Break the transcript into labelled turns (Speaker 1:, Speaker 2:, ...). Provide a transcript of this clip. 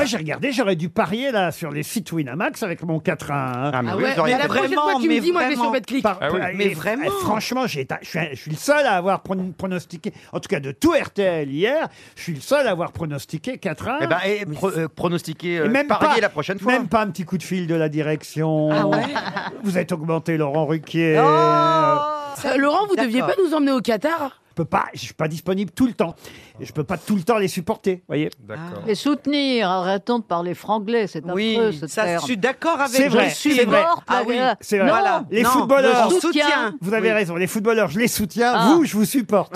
Speaker 1: Après, j'ai regardé, j'aurais dû parier là sur les sites Winamax avec mon hein. 4 à 1.
Speaker 2: Ah, mais Ah oui, ouais, vous auriez mais la pu. prochaine fois, tu me dis, moi, je vais sur Betclic.
Speaker 1: Par-
Speaker 2: Ah oui.
Speaker 1: et-
Speaker 2: Mais vraiment.
Speaker 1: et Franchement, j'ai été- je suis, je suis le seul à avoir pron- pronostiqué, en tout cas de tout RTL hier, je suis le seul à avoir pronostiqué 4 à 1.
Speaker 3: Eh ben, et pro- euh, pronostiquer,
Speaker 1: Et
Speaker 3: euh,
Speaker 1: même
Speaker 3: parier
Speaker 1: pas,
Speaker 3: la prochaine fois.
Speaker 1: Même pas un petit coup de fil de la direction.
Speaker 3: Ah ouais
Speaker 1: Vous êtes augmenté, Laurent Ruquier.
Speaker 4: Euh, Laurent, vous deviez pas nous emmener au Qatar
Speaker 1: Je peux pas, je suis pas disponible tout le temps. Et je peux pas tout le temps les supporter, voyez.
Speaker 5: D'accord. Et soutenir, arrêtons de parler franglais, c'est
Speaker 1: Oui,
Speaker 5: affreux ce
Speaker 1: ça, je
Speaker 5: terme.
Speaker 1: suis d'accord avec- C'est vrai,
Speaker 5: Je suis
Speaker 1: c'est vrai.
Speaker 5: morte,
Speaker 1: Ah
Speaker 5: la
Speaker 1: oui,
Speaker 5: guerre.
Speaker 1: c'est vrai.
Speaker 5: Non,
Speaker 1: Voilà. Les footballeurs.
Speaker 5: je soutiens.
Speaker 1: Vous avez raison, les footballeurs, je les soutiens. Vous, je vous supporte.